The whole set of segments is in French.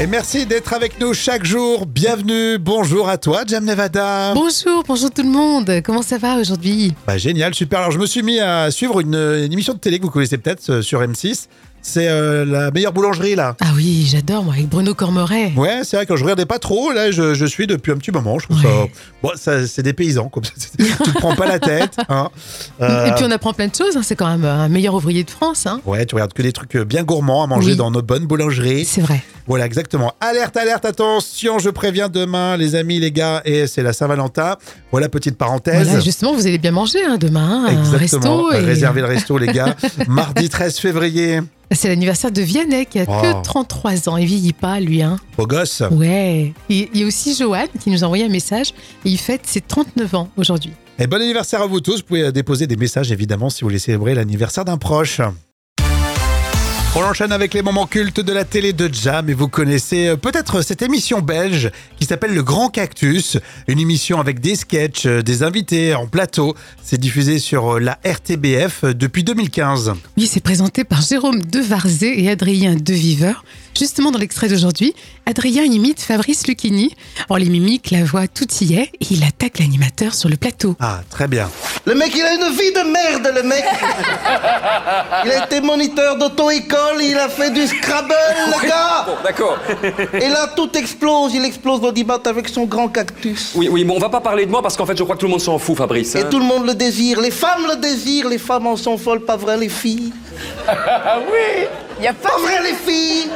Et merci d'être avec nous chaque jour. Bienvenue, bonjour à toi, Jam Nevada. Bonjour, bonjour tout le monde. Comment ça va aujourd'hui Bah, génial, super. Alors, je me suis mis à suivre une, une émission de télé que vous connaissez peut-être euh, sur M6. C'est euh, la meilleure boulangerie, là. Ah oui, j'adore, moi, avec Bruno Cormoret. Ouais, c'est vrai que je regardais pas trop. Là, je, je suis depuis un petit moment. Je trouve Ouais. ça. Bon, ça, c'est des paysans, comme ça. tu te prends pas la tête. Hein. Euh, Et puis on apprend plein de choses, hein. c'est quand même un meilleur ouvrier de France. hein. Ouais, tu regardes que des trucs euh, bien gourmands à manger Oui. dans nos bonnes boulangeries. C'est vrai. Voilà, exactement. Alerte, alerte, attention, je préviens demain, les amis, les gars, et c'est la Saint-Valentin. Voilà, petite parenthèse. Voilà, justement, vous allez bien manger hein, demain, hein, un Exactement, resto. et- réservez le resto, les gars. Mardi 13 février, C'est l'anniversaire de Vianney qui a Oh. que 33 ans. Il vieillit pas, lui. Hein. beau gosse. Ouais. Et il y a aussi Johan qui nous a envoyé un message. Et il fête ses 39 ans aujourd'hui. Et bon anniversaire à vous tous. Vous pouvez euh, déposer des messages, évidemment, si vous voulez célébrer l'anniversaire d'un proche. On enchaîne avec les moments cultes de la télé de Jam et vous connaissez euh, peut-être cette émission belge qui s'appelle Le Grand Cactus, une émission avec des sketchs, euh, des invités en plateau. C'est diffusé sur euh, la RTBF euh, depuis 2015. Oui, c'est présenté par Jérôme Devarzé et Adrien Deviveur. Justement, dans l'extrait d'aujourd'hui, Adrien imite Fabrice Lucchini. En les mimiques, la voix, tout y est, et il attaque l'animateur sur le plateau. Ah, très bien. Le mec, il a une vie de merde, le mec. Il a été moniteur d'auto-école, il a fait du Scrabble, le gars. Bon, d'accord. Et là, tout explose. Il explose l'audimat avec son grand cactus. Oui, oui, bon, on va pas parler de moi parce qu'en fait, je crois que tout le monde s'en fout, Fabrice. Et hein. tout le monde le désire. Les femmes le désirent. Les femmes en sont folles, pas vrai, les filles Il y a pas Pas vrai, les filles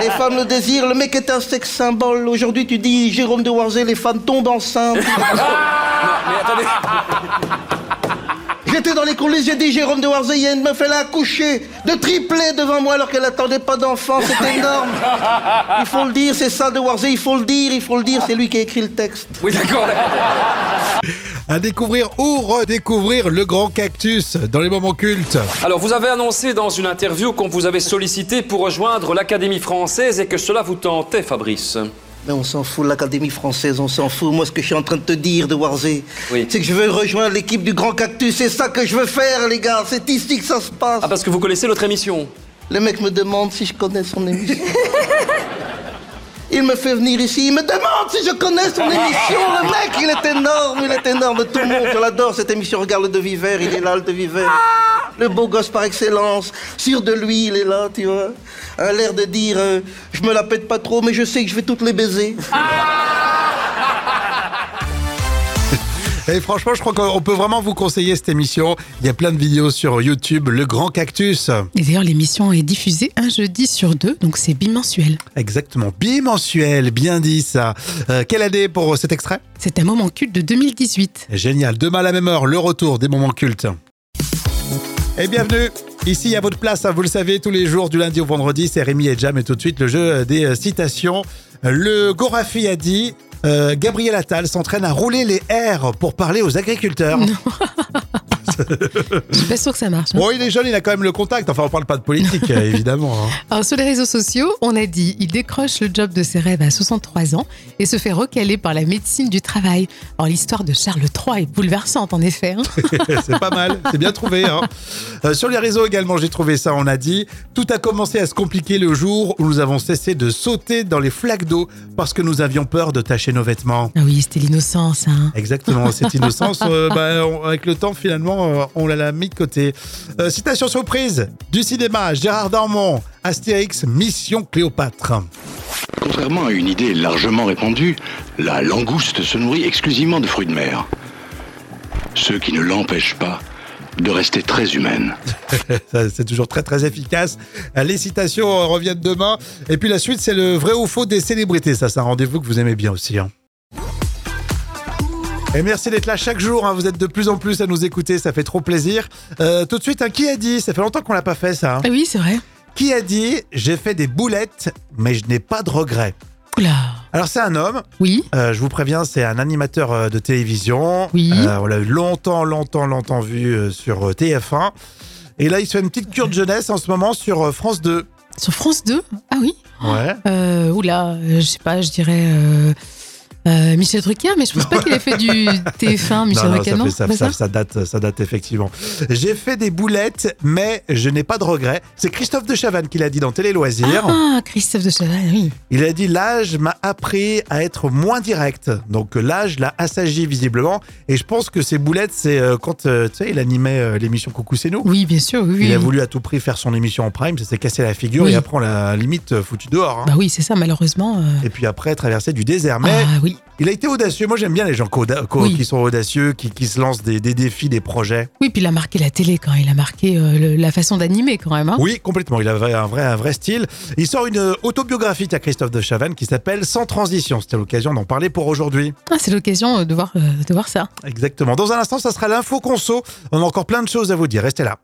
Les femmes le désirent. Le mec est un sexe symbole. Aujourd'hui, tu dis Jérôme de Warzé, les femmes tombent enceintes. Ah, Mais attendez, J'étais dans les coulisses, j'ai dit Jérôme de Warzé, il y a une meuf, elle a accouché de triplé devant moi alors qu'elle attendait pas d'enfant, c'est énorme. Il faut le dire, c'est ça de Warzé, il faut le dire, il faut le dire, c'est lui qui a écrit le texte. oui, d'accord. À découvrir ou redécouvrir Le Grand Cactus dans les moments cultes. Alors, vous avez annoncé dans une interview qu'on vous avait sollicité pour rejoindre l'Académie française et que cela vous tentait, Fabrice. Mais on s'en fout de l'Académie française, on s'en fout. Moi, ce que je suis en train de te dire de Warzé, Oui. c'est que je veux rejoindre l'équipe du Grand Cactus, c'est ça que je veux faire, les gars, c'est ici que ça se passe. Ah, parce que vous connaissez notre émission. Le mec me demande si je connais son émission. Il me fait venir ici, il me demande si je connais son émission. Le mec, il est énorme, il est énorme. Tout le monde, je l'adore cette émission. Regarde le devis vert, il est là, le devis vert. Le beau gosse par excellence, sûr de lui, il est là, tu vois. A l'air de dire, euh, je me la pète pas trop, mais je sais que je vais toutes les baiser. Et franchement, je crois qu'on peut vraiment vous conseiller cette émission. Il y a plein de vidéos sur YouTube, Le Grand Cactus. Et d'ailleurs, l'émission est diffusée un jeudi sur deux, donc c'est bimensuel. Exactement, bimensuel, bien dit ça. Euh, quelle année pour cet extrait C'est un moment culte de 2018. Génial, demain à la même heure, le retour des moments cultes. Et bienvenue Ici, à votre place, hein, vous le savez, tous les jours, du lundi au vendredi, c'est Rémi et Jam, et tout de suite, le jeu des euh, citations. Le Gorafi a dit... euh, Gabriel Attal s'entraîne à rouler les R pour parler aux agriculteurs. Je suis pas sûre que ça marche. hein. Bon, il est jeune, il a quand même le contact. Enfin, on parle pas de politique, euh, évidemment. hein. Alors, sur les réseaux sociaux, on a dit il décroche le job de ses rêves à 63 ans et se fait recaler par la médecine du travail. Alors, l'histoire de Charles III est bouleversante, en effet. hein. c'est pas mal, c'est bien trouvé. hein. Euh, sur les réseaux également, j'ai trouvé ça, on a dit. Tout a commencé à se compliquer le jour où nous avons cessé de sauter dans les flaques d'eau parce que nous avions peur de tacher nos vêtements. Ah oui, c'était l'innocence. Hein. Exactement, cette innocence, euh, bah, on- avec le temps, finalement, euh, on l'a- l'a mis de côté. Euh, citation surprise du cinéma, Gérard Darmon, Astérix, Mission Cléopâtre. Contrairement à une idée largement répandue, la langouste se nourrit exclusivement de fruits de mer. Ce qui ne l'empêche pas de rester très humaine. Ça, C'est toujours très très efficace. Euh, Les citations euh, reviennent demain. Et puis la suite, c'est le vrai ou faux des célébrités. Ça, c'est un rendez-vous que vous aimez bien aussi. hein. Et merci d'être là chaque jour. hein. Vous êtes de plus en plus à nous écouter. Ça fait trop plaisir. Euh, tout de suite, un qui a dit Ça fait longtemps qu'on l'a pas fait ça. hein. Ah oui, c'est vrai. Qui a dit J'ai fait des boulettes, mais je n'ai pas de regrets. Oula. Alors c'est un homme. Oui. Euh, je vous préviens, c'est un animateur euh, de télévision. Oui. Euh, on l'a longtemps, longtemps, longtemps vu euh, sur euh, TF1. Et là, il se fait une petite cure de jeunesse en ce moment sur euh, France 2. Sur France 2 Ah oui. Ouais. Euh, oula, euh, je sais pas, je dirais. euh, euh, Michel Drucker, mais je pense pas qu'il ait fait du TF1, Michel non, non, Drucker, ça, non Bah, fait- ça- Pas ça- ça date, ça date effectivement. J'ai fait des boulettes, mais je n'ai pas de regrets. C'est Christophe de Chavannes qui l'a dit dans Télé Loisirs. Ah, Christophe de Chavannes, oui. Il a dit l'âge m'a appris à être moins direct. Donc euh, l'âge l'a assagi visiblement. Et je pense que ces boulettes, c'est euh, quand euh, tu sais, il animait euh, l'émission Coucou c'est nous. Oui, bien sûr, oui. Il a oui. voulu à tout prix faire son émission en prime, ça s'est cassé la figure Oui. et après on l'a limite euh, foutu dehors. hein. Bah oui, c'est ça, malheureusement. euh, Et puis après traverser du désert. Mais Ah oui. il a été audacieux. Moi j'aime bien les gens qu'auda- qu'au- Oui. qui sont audacieux, qui, qui se lancent des, des défis, des projets. Oui, puis il a marqué la télé quand il a marqué euh, le- la façon d'animer quand même. hein. Oui, complètement. Il avait un vrai, un vrai style. Il sort une euh, autobiographie à Christophe de Chavannes qui s'appelle Sans transition. C'était l'occasion d'en parler pour aujourd'hui. Ah, c'est l'occasion euh, de voir, euh, de voir ça. Exactement. Dans un instant, ça sera l'info conso. On a encore plein de choses à vous dire. Restez là.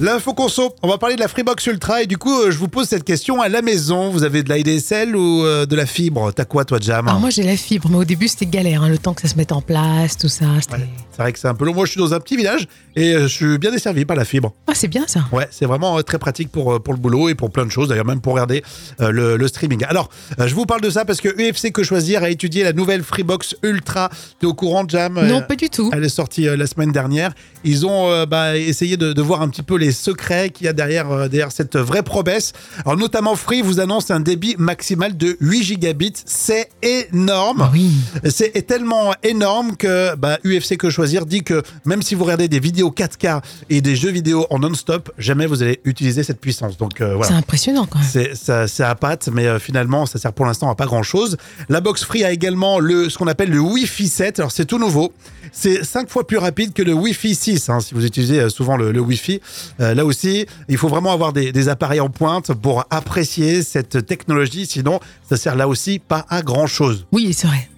L'info conso, on va parler de la Freebox Ultra et du coup, euh, je vous pose cette question à la maison. Vous avez de la IDSL ou euh, de la fibre T'as quoi, toi, Jam Alors Ah, moi j'ai la fibre, mais au début c'était galère, hein, le temps que ça se mette en place, tout ça. c'était- C'est vrai que c'est un peu long. Moi, je suis dans un petit village et euh, je suis bien desservi par la fibre. Ah, c'est bien ça. Ouais, c'est vraiment euh, très pratique pour, euh, pour le boulot et pour plein de choses, d'ailleurs même pour regarder euh, le, le streaming. Alors, euh, je vous parle de ça parce que EFC Que Choisir a étudié la nouvelle Freebox Ultra. T'es au courant, Jam Euh, Non, pas du tout. Elle est sortie euh, la semaine dernière. Ils ont euh, bah, essayé de, de voir un petit peu les secrets qu'il y a derrière, euh, derrière cette vraie promesse. Alors, notamment, Free vous annonce un débit maximal de 8 gigabits. C'est énorme. Ah Oui. C'est tellement énorme que bah, UFC Que Choisir dit que même si vous regardez des vidéos 4K et des jeux vidéo en non-stop, jamais vous allez utiliser cette puissance. Donc, euh, voilà. C'est impressionnant quand même. C'est ça, c'est à patte, mais euh, finalement, ça sert pour l'instant à pas grand chose. La box Free a également le, ce qu'on appelle le Wi-Fi 7. Alors, c'est tout nouveau. C'est cinq fois plus rapide que le Wi-Fi 6, hein, si vous utilisez euh, souvent le, le Wi-Fi. Euh, là aussi, il faut vraiment avoir des, des appareils en pointe pour apprécier cette technologie. Sinon, ça sert là aussi pas à grand chose. Oui, c'est vrai.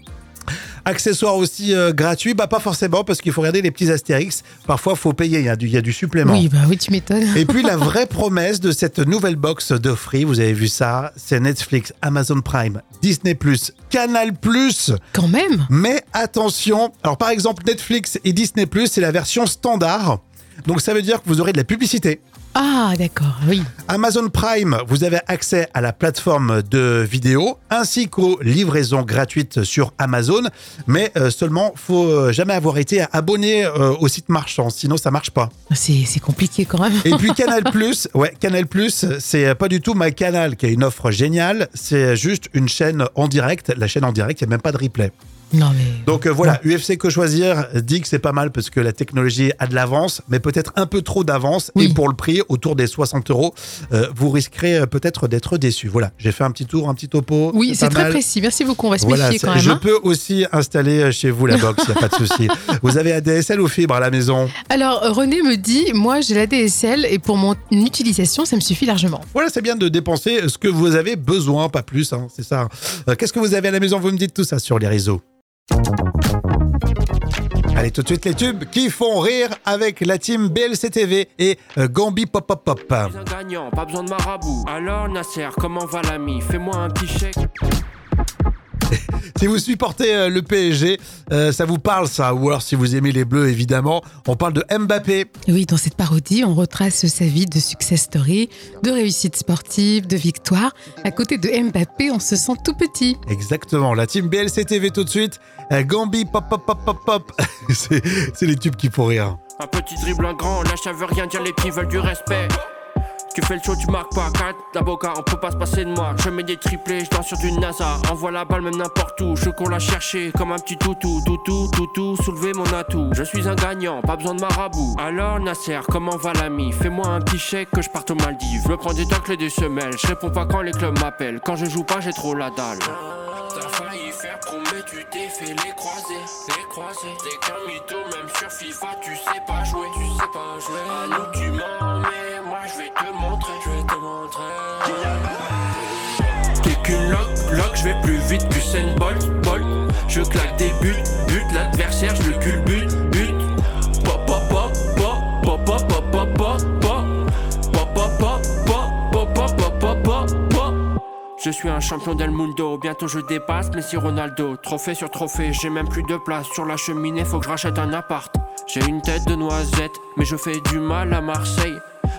Accessoires aussi euh, gratuits, bah pas forcément, parce qu'il faut regarder les petits astérix. Parfois, faut payer. Il y a du, il y a du supplément. Oui, bah oui, tu m'étonnes. Et puis la vraie promesse de cette nouvelle box de Free, vous avez vu ça, c'est Netflix, Amazon Prime, Disney ⁇ Canal ⁇ Quand même. mais attention, alors par exemple Netflix et Disney ⁇ c'est la version standard, donc ça veut dire que vous aurez de la publicité. Ah, d'accord, oui. Amazon Prime, vous avez accès à la plateforme de vidéo ainsi qu'aux livraisons gratuites sur Amazon, mais euh, seulement faut euh, jamais avoir été abonné euh, au site marchand, sinon ça marche pas. C'est c'est compliqué quand même. Et puis Canal Plus, ouais, Canal Plus, c'est pas du tout ma Canal qui a une offre géniale, c'est juste une chaîne en direct. La chaîne en direct, il n'y a même pas de replay. Non, mais. Donc euh, voilà, UFC Que Choisir dit que c'est pas mal parce que la technologie a de l'avance, mais peut-être un peu trop d'avance. Oui. Et pour le prix, autour des 60 euros, euh, vous risquerez euh, peut-être d'être déçu. Voilà, j'ai fait un petit tour, un petit topo. Oui, c'est pas très mal. précis. Merci beaucoup. On va se Voilà, méfier c'est- quand même. je hein. peux aussi installer euh, chez vous la box, il n'y a pas de souci. Vous avez ADSL ou fibre à la maison Alors, euh, René me dit moi, j'ai la DSL et pour mon utilisation, ça me suffit largement. Voilà, c'est bien de dépenser ce que vous avez besoin, pas plus, hein, c'est ça. Euh, Qu'est-ce que vous avez à la maison Vous me dites tout ça sur les réseaux. Allez, tout de suite les tubes qui font rire avec la team BLCTV et euh, Gambi Pop Pop Pop. Bien gagnant, pas besoin de marabout. Alors Nasser, comment va l'ami Fais-moi un petit chèque. Si vous supportez euh, le PSG, euh, ça vous parle ça, ou alors si vous aimez les Bleus, évidemment, on parle de Mbappé. Et Oui, dans cette parodie, on retrace sa vie de success story, de réussite sportive, de victoire. À côté de Mbappé, on se sent tout petit. Exactement, la team BLCTV tout de suite, euh, Gambi Pop Pop Pop Pop Pop. c'est c'est les tubes qui font rire. Un petit dribble, un grand, là ça veut rien dire, les petits veulent du respect. Tu fais le show, tu marques pas 4 d'avocat, on peut pas se passer de moi. Je mets des triplés, je danse sur du NASA. Envoie la balle même n'importe où, je qu'on la chercher comme un petit toutou, toutou, toutou, soulever mon atout. Je suis un gagnant, pas besoin de marabout. Alors Nasser, comment va l'ami Fais-moi un petit chèque que je parte aux Maldives. Je me prends des tacles et des semelles, je réponds pas quand les clubs m'appellent. Quand je joue pas, j'ai trop la dalle. T'as failli faire promet, tu t'es fait les croiser, les croiser. T'es qu'un mytho, même sur FIFA, tu sais pas jouer, tu sais pas jouer. À nous tu mens, mais moi je vais te montrer, je vais te montrer. T'es qu'une lock, lock, je vais plus vite que Bolt, Bolt. Je claque des buts, but l'adversaire, je le culbute, but. Pop, pop, pop, pop, pop, pop, pop, pop, pop, pop. Pop, pop, pop, pop, pop, pop, pop, pop, pop, pop. Je suis un champion del mundo, bientôt je dépasse Messi Ronaldo. Trophée sur trophée, j'ai même plus de place sur la cheminée, faut que je rachète un appart. J'ai une tête de noisette, mais je fais du mal à Marseille.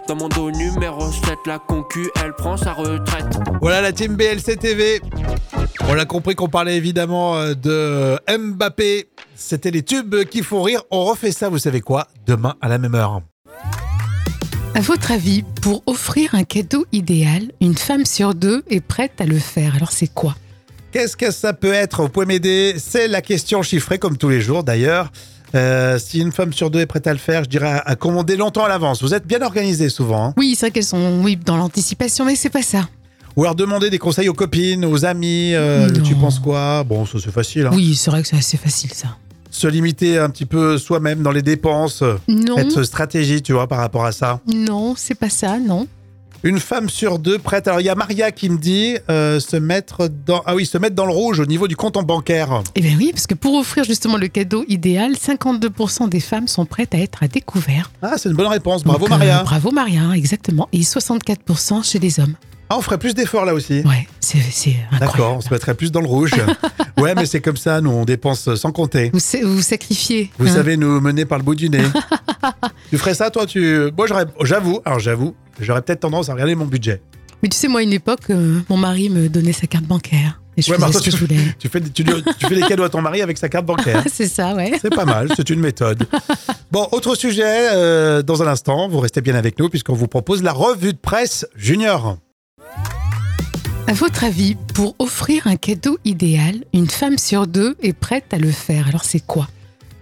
Dans mon dos numéro 7, la concu, elle prend sa retraite. Voilà la team BLCTV. On l'a compris qu'on parlait évidemment euh, de Mbappé. C'était les tubes qui font rire. On refait ça, vous savez quoi, demain à la même heure. À votre avis, pour offrir un cadeau idéal, une femme sur deux est prête à le faire. Alors c'est quoi Qu'est-ce que ça peut être Vous pouvez m'aider C'est la question chiffrée comme tous les jours d'ailleurs. Euh, si une femme sur deux est prête à le faire, je dirais à- à commander longtemps à l'avance. Vous êtes bien organisé souvent. hein. Oui, c'est vrai qu'elles sont oui, dans l'anticipation, mais c'est pas ça. Ou alors demander des conseils aux copines, aux amis. euh, Non. tu penses quoi Bon, ça c'est facile. hein. Oui, c'est vrai que c'est assez facile ça. Se limiter un petit peu soi-même dans les dépenses. Non, Être euh, stratégie, tu vois, par rapport à ça. non, c'est pas ça, non. Une femme sur deux prête. Alors il y a Maria qui me dit euh, se mettre dans ah oui se mettre dans le rouge au niveau du compte en bancaire. Eh bien oui, parce que pour offrir justement le cadeau idéal, 52% des femmes sont prêtes à être à découvert. Ah c'est une bonne réponse. Bravo Donc, euh, Maria. bravo Maria, exactement. Et 64% chez les hommes. Ah on ferait plus d'efforts là aussi. Ouais, c'est c'est D'accord, incroyable. on se mettrait plus dans le rouge. ouais mais c'est comme ça, nous on dépense sans compter. Vous, sa- vous sacrifiez. Vous hein. savez nous mener par le bout du nez. tu ferais ça toi tu. Moi j'aurais j'avoue alors j'avoue j'aurais peut-être tendance à regarder mon budget. Mais tu sais, moi, à une époque, euh, mon mari me donnait sa carte bancaire. Et je Ouais, mais faisais toi, ce que je tu- voulais. Tu fais des- tu, lui- tu fais des cadeaux à ton mari avec sa carte bancaire. Ah, c'est ça, ouais. C'est pas mal, c'est une méthode. Bon, autre sujet, euh, dans un instant, vous restez bien avec nous puisqu'on vous propose la revue de presse junior. À votre avis, pour offrir un cadeau idéal, une femme sur deux est prête à le faire. Alors c'est quoi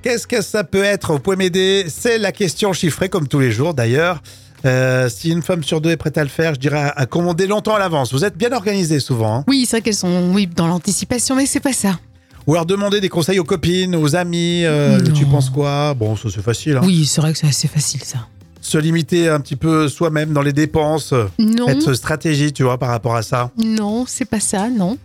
Qu'est-ce que ça peut être Vous pouvez m'aider C'est la question chiffrée comme tous les jours d'ailleurs. Euh, si une femme sur deux est prête à le faire, je dirais à, à commander longtemps à l'avance. Vous êtes bien organisé souvent. hein. Oui, c'est vrai qu'elles sont oui, dans l'anticipation, mais c'est pas ça. Ou alors demander des conseils aux copines, aux amis. euh, Non. tu penses quoi Bon, ça c'est facile. hein. Oui, c'est vrai que c'est assez facile ça. Se limiter un petit peu soi-même dans les dépenses. Non, Être euh, stratégie, tu vois, par rapport à ça. non, c'est pas ça, non.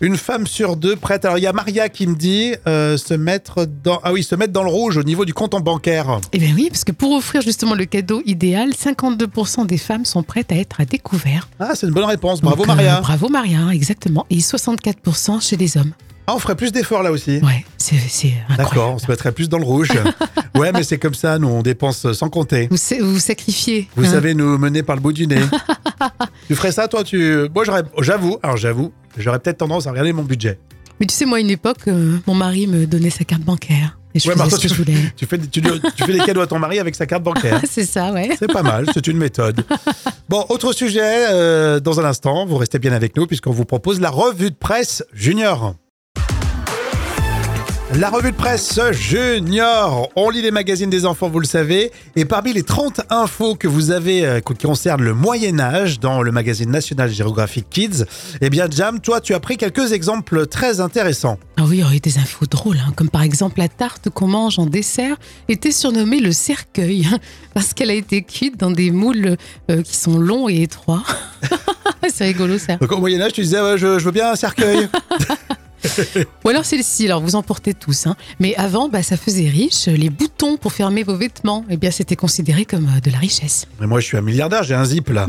Une femme sur deux prête. Alors il y a Maria qui me dit euh, se mettre dans ah oui se mettre dans le rouge au niveau du compte en bancaire. Eh bien oui, parce que pour offrir justement le cadeau idéal, 52% des femmes sont prêtes à être à découvert. Ah c'est une bonne réponse. Bravo Donc, euh, Maria. bravo Maria, exactement. Et 64% chez les hommes. Ah on ferait plus d'efforts là aussi. Ouais, c'est c'est D'accord, incroyable. on se mettrait plus dans le rouge. ouais mais c'est comme ça, nous on dépense sans compter. Vous sa- vous sacrifiez. Vous hein. savez nous mener par le bout du nez. tu ferais ça toi tu moi j'aurais j'avoue alors j'avoue j'aurais peut-être tendance à regarder mon budget. Mais tu sais, moi, à une époque, euh, mon mari me donnait sa carte bancaire. Et je Ouais, mais faisais toi, ce que je tu- voulais. Tu fais des- tu, tu fais des cadeaux à ton mari avec sa carte bancaire. Ah, c'est ça, ouais. C'est pas mal, c'est une méthode. Bon, autre sujet, euh, dans un instant, vous restez bien avec nous puisqu'on vous propose la revue de presse junior. La revue de presse junior. On lit les magazines des enfants, vous le savez. Et parmi les 30 infos que vous avez euh, qui concernent le Moyen-Âge dans le magazine National Geographic Kids, eh bien, Jam, toi, tu as pris quelques exemples très intéressants. Ah oui, il y aurait des infos drôles, hein, comme par exemple la tarte qu'on mange en dessert était surnommée le cercueil, hein, parce qu'elle a été cuite dans des moules euh, qui sont longs et étroits. c'est rigolo ça. Donc, au Moyen-Âge, tu disais, Ouais, je, je veux bien un cercueil. Ou alors celle-ci, alors vous en portez tous. hein. Mais avant, bah, ça faisait riche. Les boutons pour fermer vos vêtements, eh bien, c'était considéré comme euh, de la richesse. Mais moi, je suis un milliardaire, j'ai un zip là.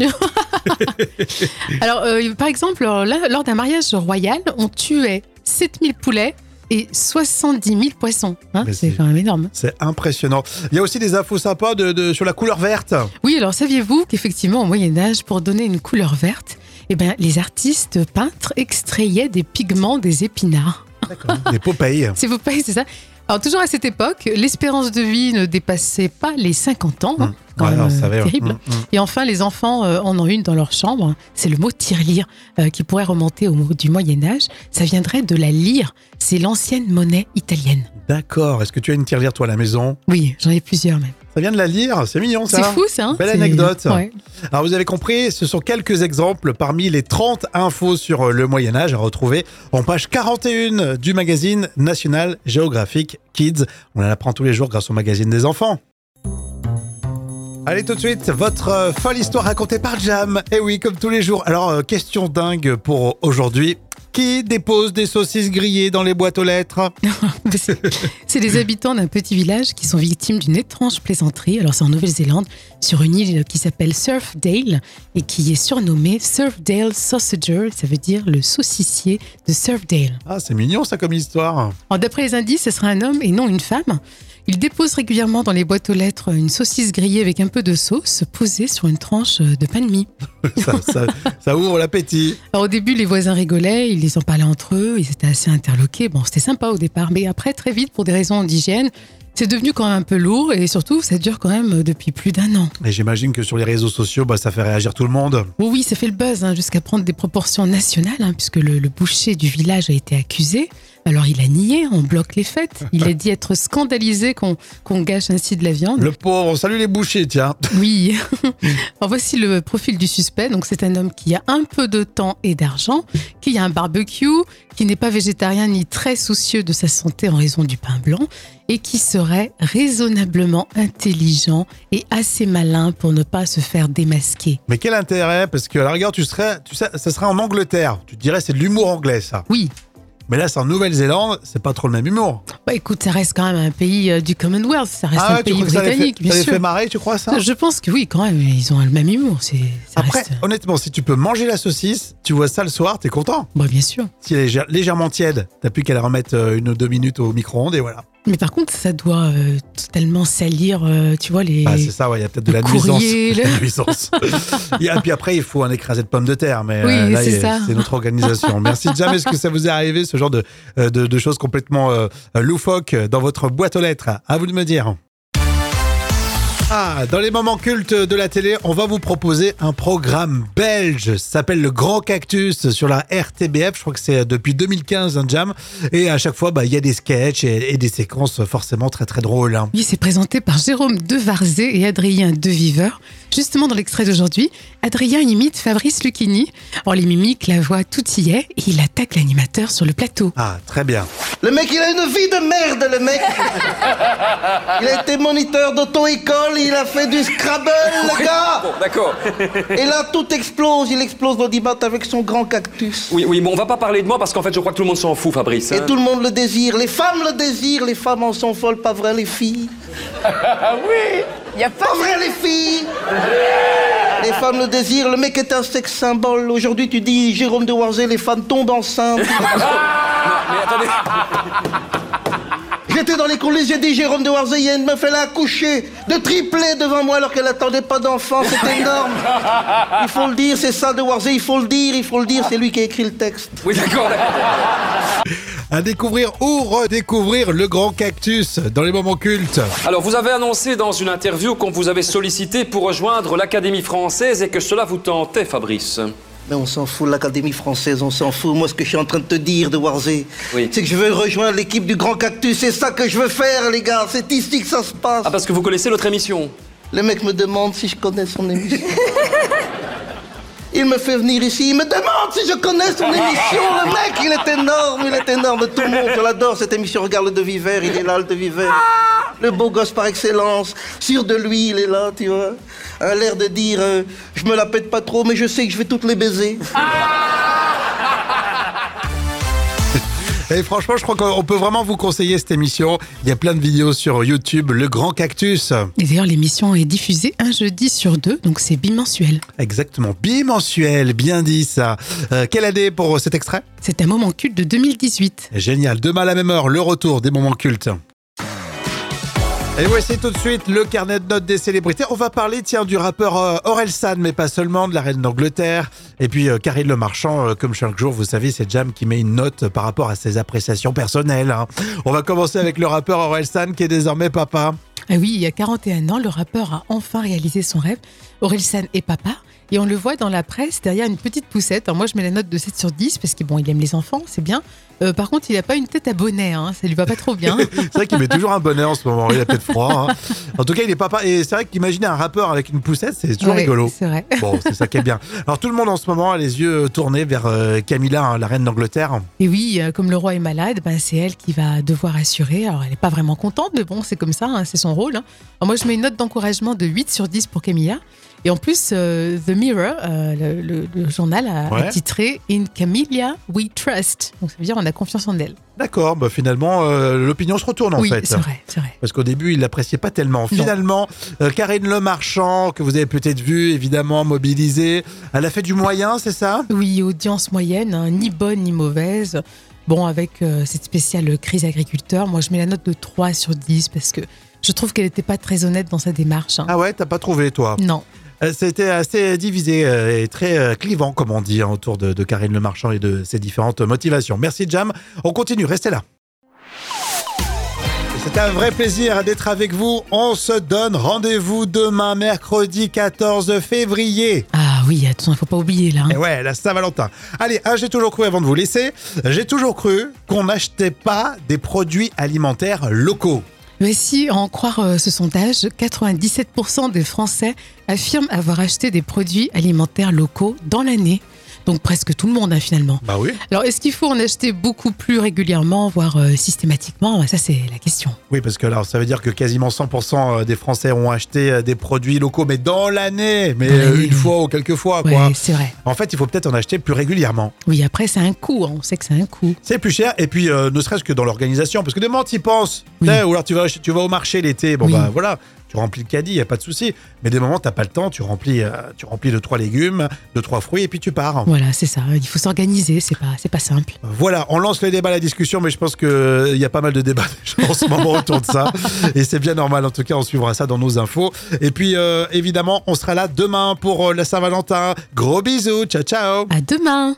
Alors, euh, par exemple, euh, là, lors d'un mariage royal, on tuait 7000 poulets et 70 000 poissons. Hein, Mais c'est c'est- quand même énorme. C'est impressionnant. Il y a aussi des infos sympas de, de- sur la couleur verte. Oui, alors saviez-vous qu'effectivement, au Moyen-Âge, pour donner une couleur verte, eh ben, les artistes peintres extrayaient des pigments des épinards. Des Popeye. C'est vous payez, c'est ça Alors, toujours à cette époque, l'espérance de vie ne dépassait pas les 50 ans. hein. Mm. Quand Ouais, même, non, euh, ça va, ouais. terrible. Mm, mm. Et enfin, les enfants euh, en ont une dans leur chambre. hein. C'est le mot tirelire euh, qui pourrait remonter au mot du Moyen-Âge. Ça viendrait de la lire. C'est l'ancienne monnaie italienne. D'accord. Est-ce que tu as une tirelire, toi, à la maison Oui, j'en ai plusieurs même. Ça vient de la lire. C'est mignon, ça. C'est fou, ça. hein Belle C'est- anecdote. Ouais. Alors, vous avez compris, ce sont quelques exemples parmi les 30 infos sur euh, le Moyen-Âge à retrouver en page 41 du magazine National Geographic Kids. On en apprend tous les jours grâce au magazine des enfants. Allez tout de suite, votre euh, folle histoire racontée par Jam. Et oui, comme tous les jours. Alors, euh, question dingue pour aujourd'hui. Qui dépose des saucisses grillées dans les boîtes aux lettres Mais c'est- C'est les habitants d'un petit village qui sont victimes d'une étrange plaisanterie. Alors, c'est en Nouvelle-Zélande, sur une île qui s'appelle Surfdale et qui est surnommée Surfdale Sausager. Ça veut dire le saucissier de Surfdale. Ah, c'est mignon ça comme histoire. Alors, d'après les indices, ce sera un homme et non une femme. Il dépose régulièrement dans les boîtes aux lettres une saucisse grillée avec un peu de sauce posée sur une tranche de pain de mie. ça, ça- ça ouvre l'appétit. Alors, au début, les voisins rigolaient, ils les en parlaient entre eux, ils étaient assez interloqués. Bon, c'était sympa au départ, mais après, très vite, pour des raisons d'hygiène, c'est devenu quand même un peu lourd et surtout, ça dure quand même euh, depuis plus d'un an. Et j'imagine que sur les réseaux sociaux, bah, ça fait réagir tout le monde. Oui, oui, ça fait le buzz, hein, jusqu'à prendre des proportions nationales, hein, puisque le, le boucher du village a été accusé. Alors il a nié, on bloque les fêtes. Il a dit être scandalisé qu'on qu'on gâche ainsi de la viande. Le pauvre, salut les bouchers, tiens. Oui. Alors voici le profil du suspect. Donc c'est un homme qui a un peu de temps et d'argent, qui a un barbecue, qui n'est pas végétarien ni très soucieux de sa santé en raison du pain blanc, et qui serait raisonnablement intelligent et assez malin pour ne pas se faire démasquer. Mais quel intérêt Parce que à la rigueur, tu serais, tu sais, ça serait en Angleterre. Tu te dirais, c'est de l'humour anglais, ça. Oui, Mais là, c'est en Nouvelle-Zélande, c'est pas trop le même humour. Ah Bah écoute, ça reste quand même un pays euh, du Commonwealth, ça reste un ouais, tu pays crois que ça les britannique, fait, ça bien les sûr. fait marrer, tu crois ça Je pense que oui, quand même, ils ont le même humour. C'est, ça Après, reste- honnêtement, si tu peux manger la saucisse, tu vois ça le soir, t'es content. Bah, bien sûr. Si elle est légère- légèrement tiède, t'as plus qu'à la remettre euh, une ou deux minutes au micro-ondes et voilà. Mais par contre, ça doit euh, totalement salir, euh, tu vois, les. Bah, c'est ça, ouais, il y a peut-être de le la courrier, nuisance. De la nuisance. Et ah, puis après, il faut un écrasé de pommes de terre, mais euh, Oui, là, c'est il y a- ça. c'est notre organisation. Merci jamais ce que ça vous est arrivé, ce genre de, euh, de, de choses complètement euh, loufoques dans votre boîte aux lettres. À vous de me dire. Ah, dans les moments cultes de la télé, on va vous proposer un programme belge. Ça s'appelle le Grand Cactus sur la RTBF. Je crois que c'est euh, depuis 2015 un hein, jam. Et à chaque fois, bah, il y a des sketchs et, et des séquences forcément très très drôles. hein. Oui, c'est présenté par Jérôme Devarzé et Adrien Deviveur. Justement, dans l'extrait d'aujourd'hui, Adrien imite Fabrice Lucchini. En les mimiques, la voix, tout y est, et il attaque l'animateur sur le plateau. Ah, très bien. Le mec, il a une vie de merde, le mec. Il a été moniteur d'auto-école, il a fait du Scrabble, le gars. Bon, d'accord. Et là, tout explose. Il explose dans Dibat avec son grand cactus. Oui, oui, bon, on va pas parler de moi parce qu'en fait, je crois que tout le monde s'en fout, Fabrice. Et hein. tout le monde le désire. Les femmes le désirent. Les femmes en sont folles, pas vrai, les filles Y a pas Pas vrai, les filles Les femmes le désirent. Le mec est un sexe symbole. Aujourd'hui, tu dis Jérôme de Warzé, les femmes tombent enceintes. Mais attendez. J'étais dans les coulisses, j'ai dit Jérôme de Warzé, il y a une meuf, elle a accouché de triplé devant moi alors qu'elle n'attendait pas d'enfant. C'est énorme. Il faut le dire, c'est ça de Warzé, il faut le dire, il faut le dire. C'est lui qui a écrit le texte. Oui, d'accord, d'accord. à découvrir ou redécouvrir le grand cactus dans les moments cultes. Alors, vous avez annoncé dans une interview qu'on vous avait sollicité pour rejoindre l'Académie française et que cela vous tentait, Fabrice. Mais on s'en fout de l'Académie française, on s'en fout. Moi, ce que je suis en train de te dire, de Warzé, Oui. c'est que je veux rejoindre l'équipe du Grand Cactus. C'est ça que je veux faire, les gars. C'est ici que ça se passe. Ah, parce que vous connaissez notre émission. Le mec me demande si je connais son émission. il me fait venir ici, il me demande si je connais son émission. Le mec, il est énorme, il est énorme. Tout le monde, je l'adore, cette émission. Regarde le de Vivert, il est là, le de Vivert. Ah. Le beau gosse par excellence, sûr de lui, il est là, tu vois. A l'air de dire, euh, je me la pète pas trop, mais je sais que je vais toutes les baiser. Et franchement, je crois qu'on peut vraiment vous conseiller cette émission. Il y a plein de vidéos sur YouTube, le grand cactus. Et d'ailleurs, l'émission est diffusée un jeudi sur deux, donc c'est bimensuel. Exactement, bimensuel, bien dit ça. Euh, quelle année pour cet extrait C'est un moment culte de 2018. Génial, demain à la même heure, le retour des moments cultes. Et voici tout de suite le carnet de notes des célébrités. On va parler, tiens, du rappeur euh, Orelsan, mais pas seulement, de la reine d'Angleterre. Et puis, euh, Karine Le Marchand, euh, comme chaque jour, vous savez, c'est Jam qui met une note euh, par rapport à ses appréciations personnelles. hein. On va commencer avec le rappeur Orelsan, qui est désormais papa. Ah oui, il y a 41 ans, le rappeur a enfin réalisé son rêve. Orelsan est papa. Et on le voit dans la presse derrière une petite poussette. Alors moi, je mets la note de 7 sur 10 parce qu'il bon, il aime les enfants, c'est bien. Euh, par contre, il n'a pas une tête à bonnet, hein, ça lui va pas trop bien. C'est vrai qu'il met toujours un bonnet en ce moment. Il a peut-être froid. hein. En tout cas, il est papa. Et c'est vrai qu'imaginer un rappeur avec une poussette, c'est toujours Ouais, rigolo. C'est vrai. Bon, c'est ça qui est bien. Alors tout le monde en ce moment a les yeux tournés vers euh, Camilla, hein, la reine d'Angleterre. Et oui, euh, comme le roi est malade, ben, c'est elle qui va devoir assurer. Alors, elle n'est pas vraiment contente, mais bon, c'est comme ça, hein, c'est son rôle. hein. Alors, moi, je mets une note d'encouragement de 8 sur 10 pour Camilla. Et en plus, euh, The Mirror, euh, le, le- le journal, a, a Ouais. titré In Camilla We Trust. Donc, ça veut dire on a confiance en elle. D'accord, bah finalement, euh, l'opinion se retourne en oui, fait. c'est vrai, c'est vrai. Parce qu'au début, il l'appréciait pas tellement. Finalement, euh, Karine Le Marchand, que vous avez peut-être vu, évidemment, mobilisée, elle a fait du moyen, c'est ça Oui, audience moyenne, hein, ni bonne ni mauvaise. Bon, avec euh, cette spéciale crise agriculteur, moi je mets la note de 3 sur 10 parce que je trouve qu'elle n'était pas très honnête dans sa démarche. hein. Ah ouais, t'as pas trouvé, toi Non. Euh, C'était assez divisé euh, et très euh, clivant, comme on dit, hein, autour de, de Karine Le Marchand et de ses différentes motivations. Merci, Jam. On continue, restez là. C'est un vrai plaisir d'être avec vous. On se donne rendez-vous demain, mercredi 14 février. Ah oui, attention, il faut pas oublier là. hein. Et ouais, la Saint-Valentin. Allez, un j'ai toujours cru avant de vous laisser. J'ai toujours cru qu'on n'achetait pas des produits alimentaires locaux. Mais si, à en croire euh, ce sondage, 97% des Français affirment avoir acheté des produits alimentaires locaux dans l'année. Donc presque tout le monde hein, finalement. Bah oui. Alors est-ce qu'il faut en acheter beaucoup plus régulièrement, voire euh, systématiquement Ouais, Ça c'est la question. Oui, parce que là, ça veut dire que quasiment 100% euh, des Français ont acheté euh, des produits locaux, mais dans l'année, mais Dans euh, l'année, une oui. fois ou quelques fois, Ouais, Ah, quoi. c'est vrai. En fait, il faut peut-être en acheter plus régulièrement. Oui, après c'est un coût, hein, on sait que c'est un coût. C'est plus cher, et puis euh, ne serait-ce que dans l'organisation, parce que des moments, tu penses. Oui. t'sais, Ou alors tu vas, ach- tu vas au marché l'été, bon Oui. bah voilà, tu remplis le caddie, y a pas de souci. Mais des moments, t'as pas le temps, tu remplis, euh, tu remplis de trois légumes, de trois fruits, et puis tu pars. Voilà, c'est ça. Il faut s'organiser, c'est pas, c'est pas simple. Voilà, on lance le débat, la discussion, mais je pense qu'il y a pas mal de débats déjà en ce moment autour de ça. Et c'est bien normal, en tout cas, on suivra ça dans nos infos. Et puis, euh, évidemment, on sera là demain pour euh, la Saint-Valentin. Gros bisous, ciao, ciao À demain.